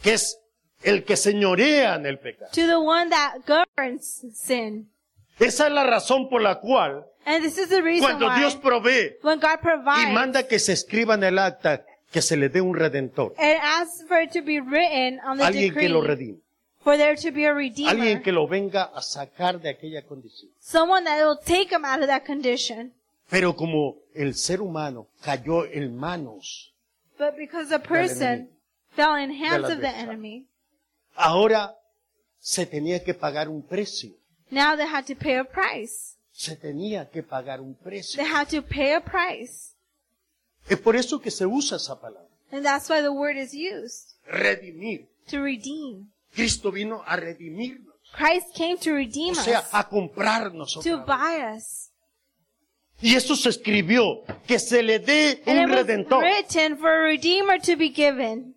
que es el que señorea en el pecado.
to the one that governs sin.
Esa es la razón por la cual
And this is the reason
cuando
why
Dios provee
when God
y
provides
manda que se escriba en el acta que se le dé un redentor,
and asks for it to be written on the
alguien que lo
decree
redime,
for there to be a redeemer,
alguien que lo venga a sacar de aquella condición.
someone that will take him out of that condition.
Pero como el ser humano cayó en manos,
But because a person
enemigo.
fell in hands
Del
of the
adversario.
enemy,
ahora se tenía que pagar un precio,
now they had to pay a price.
se tenía que pagar un precio.
They had to pay a price.
Es por eso que se usa esa palabra,
And that's why the word is used
redimir.
to redeem.
Cristo vino a redimirnos,
Christ came to redeem
o sea,
us,
a comprarnos. otra
to
vez.
buy us.
Y eso se escribió, que se le dé un
And it
redentor.
was written for a redeemer to be given.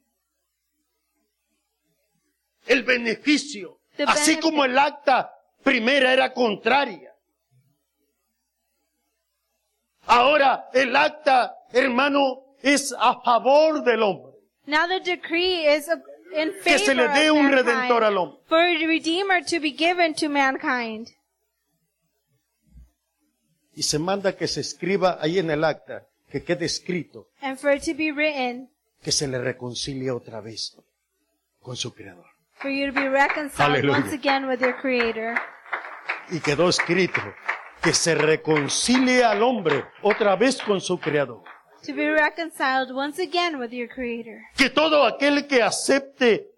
el beneficio,
The
así
benefit.
como el acta primera era contraria. Ahora el acta, hermano, es a favor del hombre.
Now the decree is of- in
Que
favor
se le dé
of
un
mankind,
redentor al hombre.
for a redeemer to be given to mankind.
Y se manda que se escriba ahí en el acta, que quede escrito,
And for it to be written,
que se le reconcilie otra vez con su creador.
for you to be reconciled
Hallelujah.
once again with your creator.
Y quedó escrito que se reconcilie al hombre otra vez con su creador.
To be reconciled once again with your creator.
que todo aquel que acepte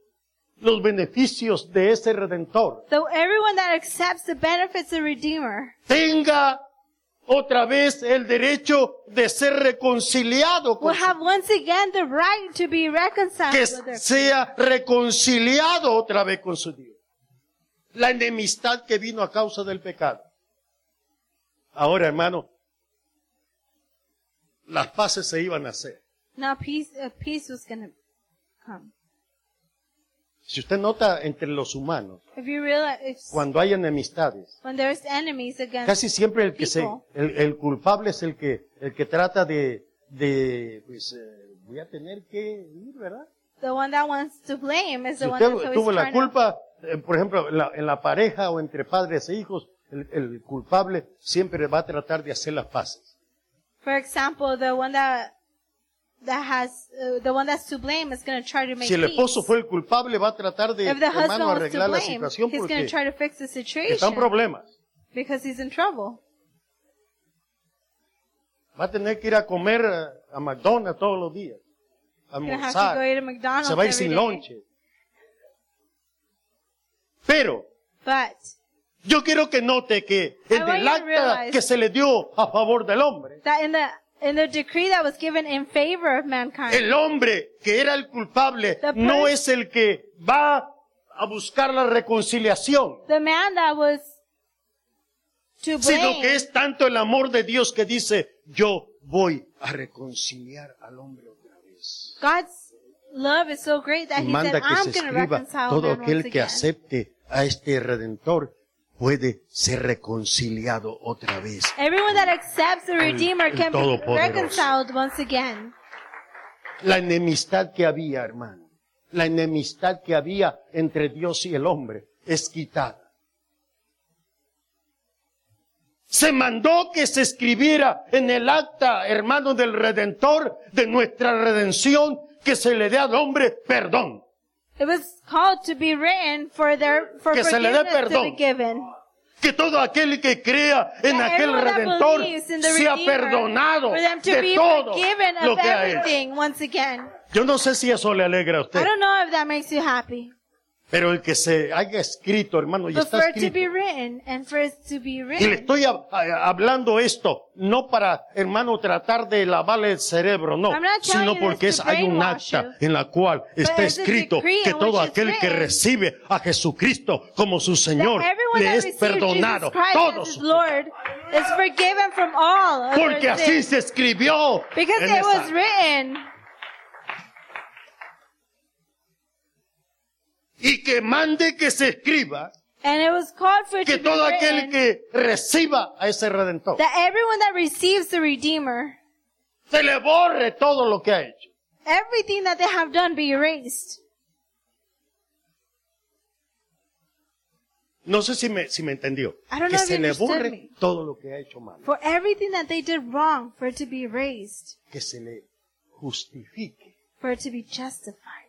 los beneficios de ese redentor
So everyone that accepts the benefits of redeemer
tenga otra vez el derecho de ser reconciliado
will
con
have once again the right to be
su-
reconciled
que
with their
sea reconciliado otra vez con su Dios. La enemistad que vino a causa del pecado. Ahora, hermano, las paces se iban a hacer.
Now peace, uh, peace was going to come.
Si usted nota entre los humanos,
If you realize, if,
cuando hay enemistades,
when there's enemies against,
Casi siempre el que se,
People.
el, el culpable es el que, el que trata de, de, pues, eh, voy a tener que ir, ¿verdad?
the one that wants to blame is
Si
the one that's
usted
always
tuvo la
trying to-
culpa, eh, por ejemplo, en la, en la pareja o entre padres e hijos, el, el culpable siempre va a tratar de hacer las paces.
For example, the one that that has uh, the one that's to blame is going to try to make
Si el
peace.
esposo fue el culpable, va a tratar de,
if the husband
hermano,
was to
arreglar la
blame,
situación
he's going
porque
to try to fix the
está en
situation
problemas.
because he's in trouble.
Va a tener que ir a comer a, a McDonald's todos los días, a
He's going to have to
almorzar.
go eat at McDonald's
se va a ir
every
sin
day.
lonche. Pero
But
yo quiero que note que el
I want
del
you to
acta
realize-
que se le dio a favor del hombre,
that in the in the decree that was given in favor of mankind,
el hombre que era el culpable
The
no
pers-
es el que va a buscar la reconciliación,
the man that was to
sino
blame
que es tanto el amor de Dios que dice, yo voy a reconciliar al hombre otra vez.
God's love is so great that
Y
he
manda
said,
que se
I'm going to
escriba,
reconcile
todo
man once
aquel que
again.
acepte a este redentor puede ser reconciliado otra vez
Everyone that accepts the
El-
Redeemer
el
can be
Todopoderoso.
reconciled once again.
la enemistad que había, hermano, la enemistad que había entre Dios y el hombre es quitada. Se mandó que se escribiera en el acta, hermano del Redentor, de nuestra redención, que se le dé al hombre perdón.
It was called to be written for their for
Que se le dé
forgiveness to be
perdón.
given.
Que todo aquel que crea en
That
aquel
everyone that
Redentor
believes in the
sea
Redeemer,
perdonado
for them to
de
be
todo
forgiven
lo
of
que ha hecho.
everything once again.
Yo no sé si eso le alegra a usted.
I don't know if that makes you happy.
Pero el que se haya escrito, hermano, y
But
está
for it to be
escrito.
written, and for it to be
Y le
written,
estoy hab- a- hablando esto, no para, hermano, tratar de lavarle el cerebro, no,
I'm not telling
sino
you
porque
this
es,
to
hay un
brainwash
acta
you.
en la cual está
there's a
escrito
decree
que
in
todo
which it's
aquel que
written
recibe a Jesucristo como su Señor
that everyone
le
that
es
receives Jesus
perdonado.
Christ
Todos.
as his Lord is forgiven from all of their
Porque así
sins.
se escribió.
Because
en
it
esa-
was written.
Y que mande que se escriba
And it was called for it
que
to be
todo aquel
written
que reciba a ese Redentor
that everyone that receives the Redeemer,
se le borre todo lo que ha hecho.
everything that they have done be erased.
No sé si me, si me entendió.
I don't
Que
know if
se
you
le
understood
borre
me.
todo lo que ha hecho mal.
For everything that they did wrong, for it to be erased,
Que se le justifique.
for it to be justified.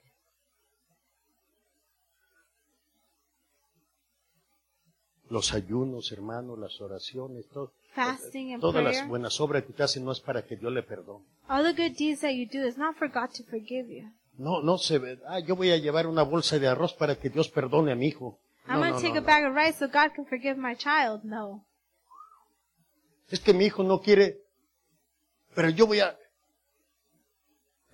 Los ayunos, hermanos, las oraciones, todo-
Fasting and
todas las
prayer.
buenas obras que usted hace no es para que Dios le perdone.
All the good deeds that you do is not for God to forgive you.
No, no se ve. Ah, yo voy a llevar una bolsa de arroz para que Dios perdone a mi hijo.
I'm
No,
going to
no,
take
no,
a
no.
bag of rice so God can forgive my child. No.
Es que mi hijo no quiere, pero yo voy a...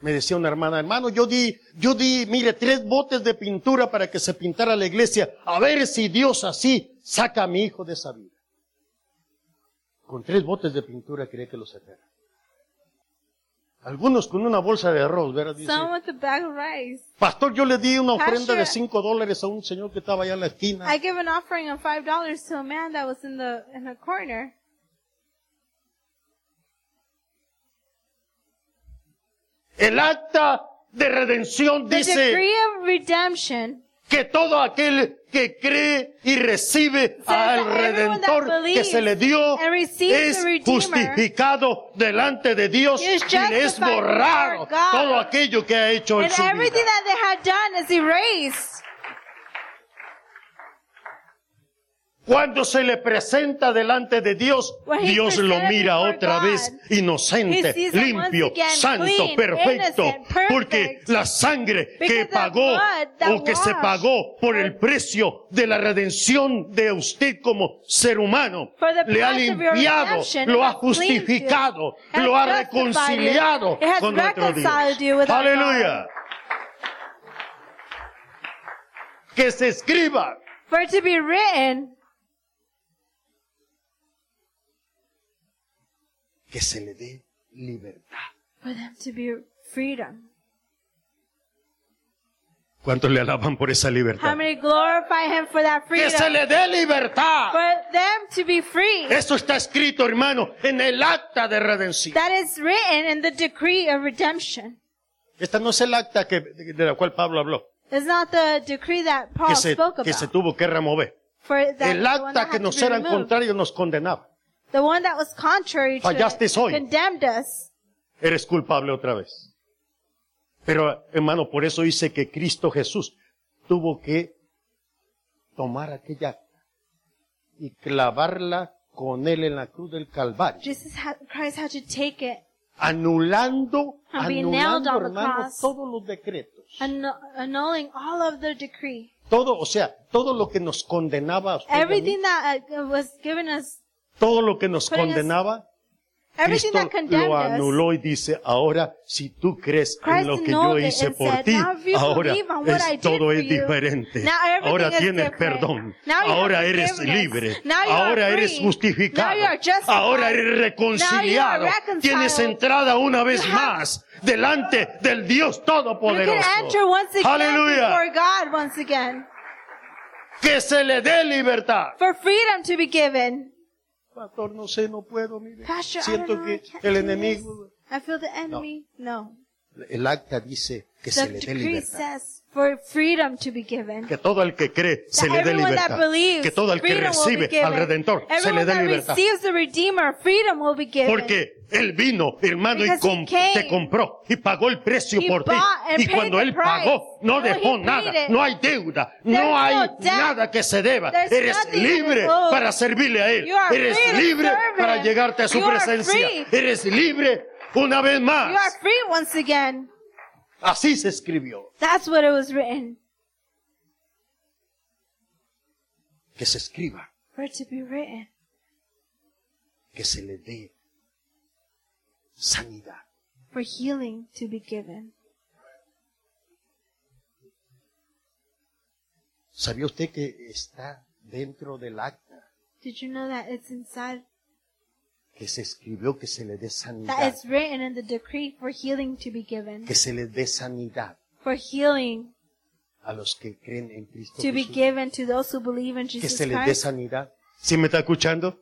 Me decía una hermana, hermano, yo di, yo di, mire, tres botes de pintura para que se pintara la iglesia. A ver si Dios así saca a mi hijo de esa vida. Con tres botes de pintura quería que lo sacara. Algunos con una bolsa de arroz, ¿verdad? Dice,
Some with a bag of rice.
Pastor, yo le di una ofrenda
Pastor.
de cinco dólares a un señor que estaba allá en la esquina.
I give an offering of five dollars to a man that was in the in a corner.
El acta de redención
The
dice
decree of redemption
que todo aquel que cree y recibe al
that everyone that
Redentor que
believes
se le dio
and receives the
es
Redeemer
justificado delante de Dios y
is
le es
justified before
borrado
God.
todo aquello que ha hecho en
and
su vida.
everything that they had done is erased.
Cuando se le presenta delante de Dios,
When he's
Dios lo
presented
mira
before
otra
God,
vez
he
inocente,
sees it
limpio,
once again
santo,
clean,
perfecto,
innocent, perfect.
porque la sangre que
Because the
pagó
blood that
o que se
washed
pagó por el precio de la redención de usted como ser humano,
For the
le ha
price of your
limpiado,
redemption,
lo
it
ha
has cleaned you,
justificado,
it has
lo ha
justified you,
reconciliado
it has
con nuestro
reconciled you
Dios.
with our God.
Aleluya. Que se escriba
For it to be written
que se le dé libertad.
for them to be freedom.
¿Cuántos le alaban por esa
How
libertad?
many glorify him for that
Que se
freedom?
le dé libertad.
For them to be free.
Eso está escrito, hermano, en el acta de redención.
That is written in the decree of redemption.
Esta no es el acta que, de la cual Pablo habló,
It's not the decree that Paul
que se,
spoke
que se
about.
tuvo que remover.
For that
El
the one
acta
that
que
had
nos
to be
era en
removed.
contrario nos condenaba.
The one that was contrary to
Fallasteis
it,
hoy.
condemned us.
Eres culpable otra vez. Pero, hermano, por eso dice que Cristo Jesús tuvo que tomar aquella acta y clavarla con él en la cruz del Calvario.
Jesus had, Christ had to take it
anulando,
And be nailed
anulando
on the
hermano,
cross.
todos los decretos.
and annulling all of the decree.
Todo, o sea, todo lo que nos condenaba, a usted y a mí,
Everything that uh, was given us,
todo lo que nos
putting us-
condenaba,
everything
Cristo
that condemned
lo
us,
anuló y dice, ahora si tú crees en
Christ
lo que yo
annulled it
hice
and
por
said,
ti,
"Now if you
ahora
believe on what I
es,
did
todo
for
es
you,
diferente.
now everything
Ahora
is
tienes
different.
perdón.
Now you
Ahora
have
eres
forgiveness.
libre.
Now you are
Ahora eres
free.
justificado.
Now you are justified.
Ahora eres
Now
reconciliado.
you are reconciled.
Tienes entrada una vez
You have-
más delante del Dios
you
Todopoderoso.
can enter once again
Aleluya.
before God once again
Que se le dé libertad.
for freedom to be given.
Pastor, no sé, no puedo, mire.
Pastor, I
Siento
don't know, I
que
can't
el
do
enemigo...
this. I feel the enemy. No.
El acta dice que se
The
le dé
decree
libertad.
says for freedom to be given.
Que todo el que cree se
That
le dé
everyone
libertad.
that believes,
Que todo el que
freedom will be
recibe
given.
al Redentor se
everyone
le dé
that
libertad.
receives the Redeemer, freedom will be given.
Porque Él vino, hermano, y
Because he
com-
came.
te compró y pagó el precio
He
por ti.
bought and
Y
paid
cuando
the
Él
price.
pagó, no
When he
dejó
paid
nada.
it,
No hay deuda.
there's
No
no
hay
debt.
nada que se deba.
There's
Eres
nothing that
libre
is owed.
para servirle a Él.
You are
Eres
free to
libre
serve
para
him.
llegarte a su
You are
presencia.
free.
Eres libre una vez
you are
más.
free once again.
Así se escribió.
That's what it was written.
que se escriba,
for it to be written,
que se le dé sanidad.
for healing to be given.
¿Sabía usted que está dentro del acta
Did you know that it's inside,
que se escribió que se le dé
that
sanidad?
it's written in the decree for healing to be given,
Que se le dé sanidad
for healing
a los que creen en Cristo
to be
Jesús.
given to those who believe in
Que
Jesus
se les dé
Christ,
sanidad. ¿Sí me está escuchando?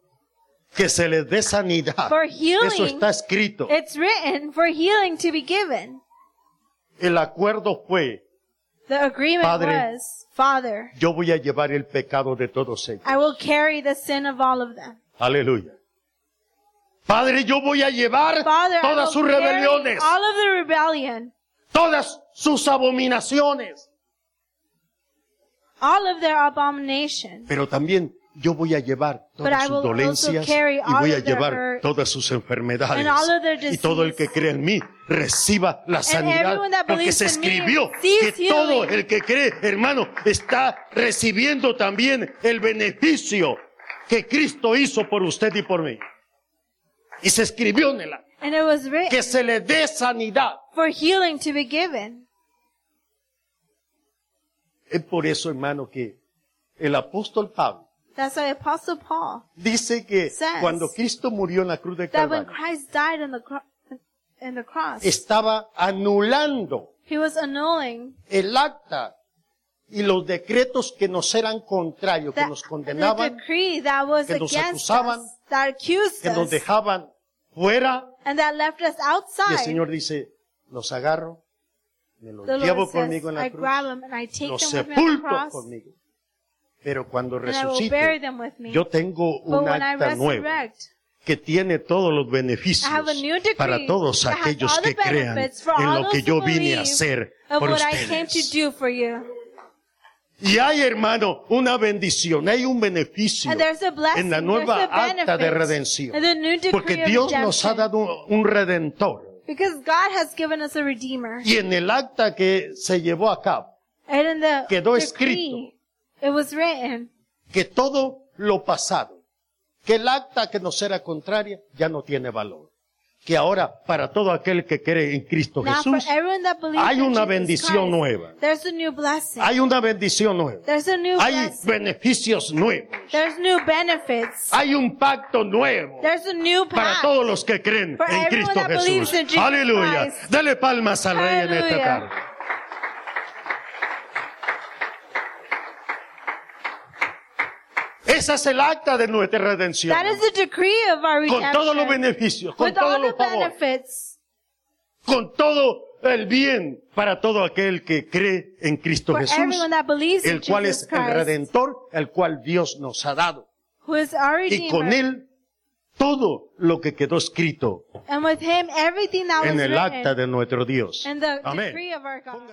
Que se les dé sanidad.
for
Eso
healing.
está escrito.
It's written for healing to be given.
El acuerdo fue,
The agreement
Padre.
was, Father,
yo voy a llevar el pecado de todos ellos.
I will carry the sin of all of them.
Aleluya. Padre, yo voy a llevar
Father, I
todas
will
sus
carry
rebeliones,
all of the rebellion,
todas sus abominaciones,
all of their abomination.
pero también yo voy a llevar
But
todas
I
sus
will
dolencias
also carry
y
all
voy a
of their
llevar
hurt
todas sus enfermedades.
and all of their
Y todo el que
disease.
cree en mí reciba la sanidad,
everyone that
porque
believes
se
in me
escribió
receives
que todo
healing.
el que cree, hermano, está recibiendo también el beneficio que Cristo hizo por usted y por mí. Y se escribió en el acta.
And it was written
que se le dé sanidad.
for healing to be given.
Es por eso, hermano, que el apóstol Pablo
That's why Apostle Paul,
dice que
Says
cuando Cristo murió en la cruz de
that when
Calvario,
Christ died on the, cro- in the cross,
estaba anulando
he was annulling
el acta y los decretos que nos eran contrarios, que
that,
nos
the
condenaban,
decree that was
que nos
against
acusaban,
us, that accused
que nos
us,
dejaban fuera.
and that left us
Y el
outside.
Señor dice, los agarro, me los
The
llevo
Lord says,
conmigo en
I
la
grab
cruz,
them and I take
los
them with me on the
sepulto
cross,
conmigo. Pero cuando
and I will bury
resucite,
them with me.
yo tengo
But
un
when I
acta nueva.
resurrect,
que tiene todos los
I
beneficios
have a new decree
para todos
that has
aquellos
all the
que crean
benefits for
en
all
lo
those
que yo
who
vine a
believe
hacer
of
por
what I came to
ustedes.
do for you.
Y hay, hermano, una bendición, hay un beneficio
And there's a blessing,
en la nueva
there's a
acta de
benefit
redención.
in the new decree
Porque
of
Dios nos ha
redemption.
dado un- un redentor.
Because God has given us a Redeemer.
Y en el acta que se llevó a cabo,
And in the
Quedó
decree, it was written
que todo lo pasado, que el acta que nos era contraria ya no tiene valor. Que ahora, para todo aquel que cree en Cristo
now
Jesús,
for everyone that believes
hay
in
una
Jesus
bendición
Christ,
nueva.
There's a new blessing.
hay una bendición nueva.
there's a new
Hay
blessing.
beneficios nuevos.
There's new benefits.
Hay un pacto nuevo
There's a new
para
path.
todos los que creen
For
en
everyone
Cristo
that believes
Jesús.
in Jesus
Aleluya.
Christ.
Dale palmas al Rey en esta
Aleluya.
tarde. Esa es el acta de nuestra redención.
That is the decree of our
Con
redemption.
todos los beneficios, con
With all
todos
the
los favores,
benefits
con todo el bien para todo aquel que cree en Cristo
for
Jesús,
everyone that believes in
el cual
Jesus
es el
Christ,
redentor, el cual Dios nos ha dado.
who is our
y con
Redeemer.
él todo lo que quedó escrito
and with him, everything that
en
was
el
written
acta de nuestro Dios.
in the
Amén.
decree of our God.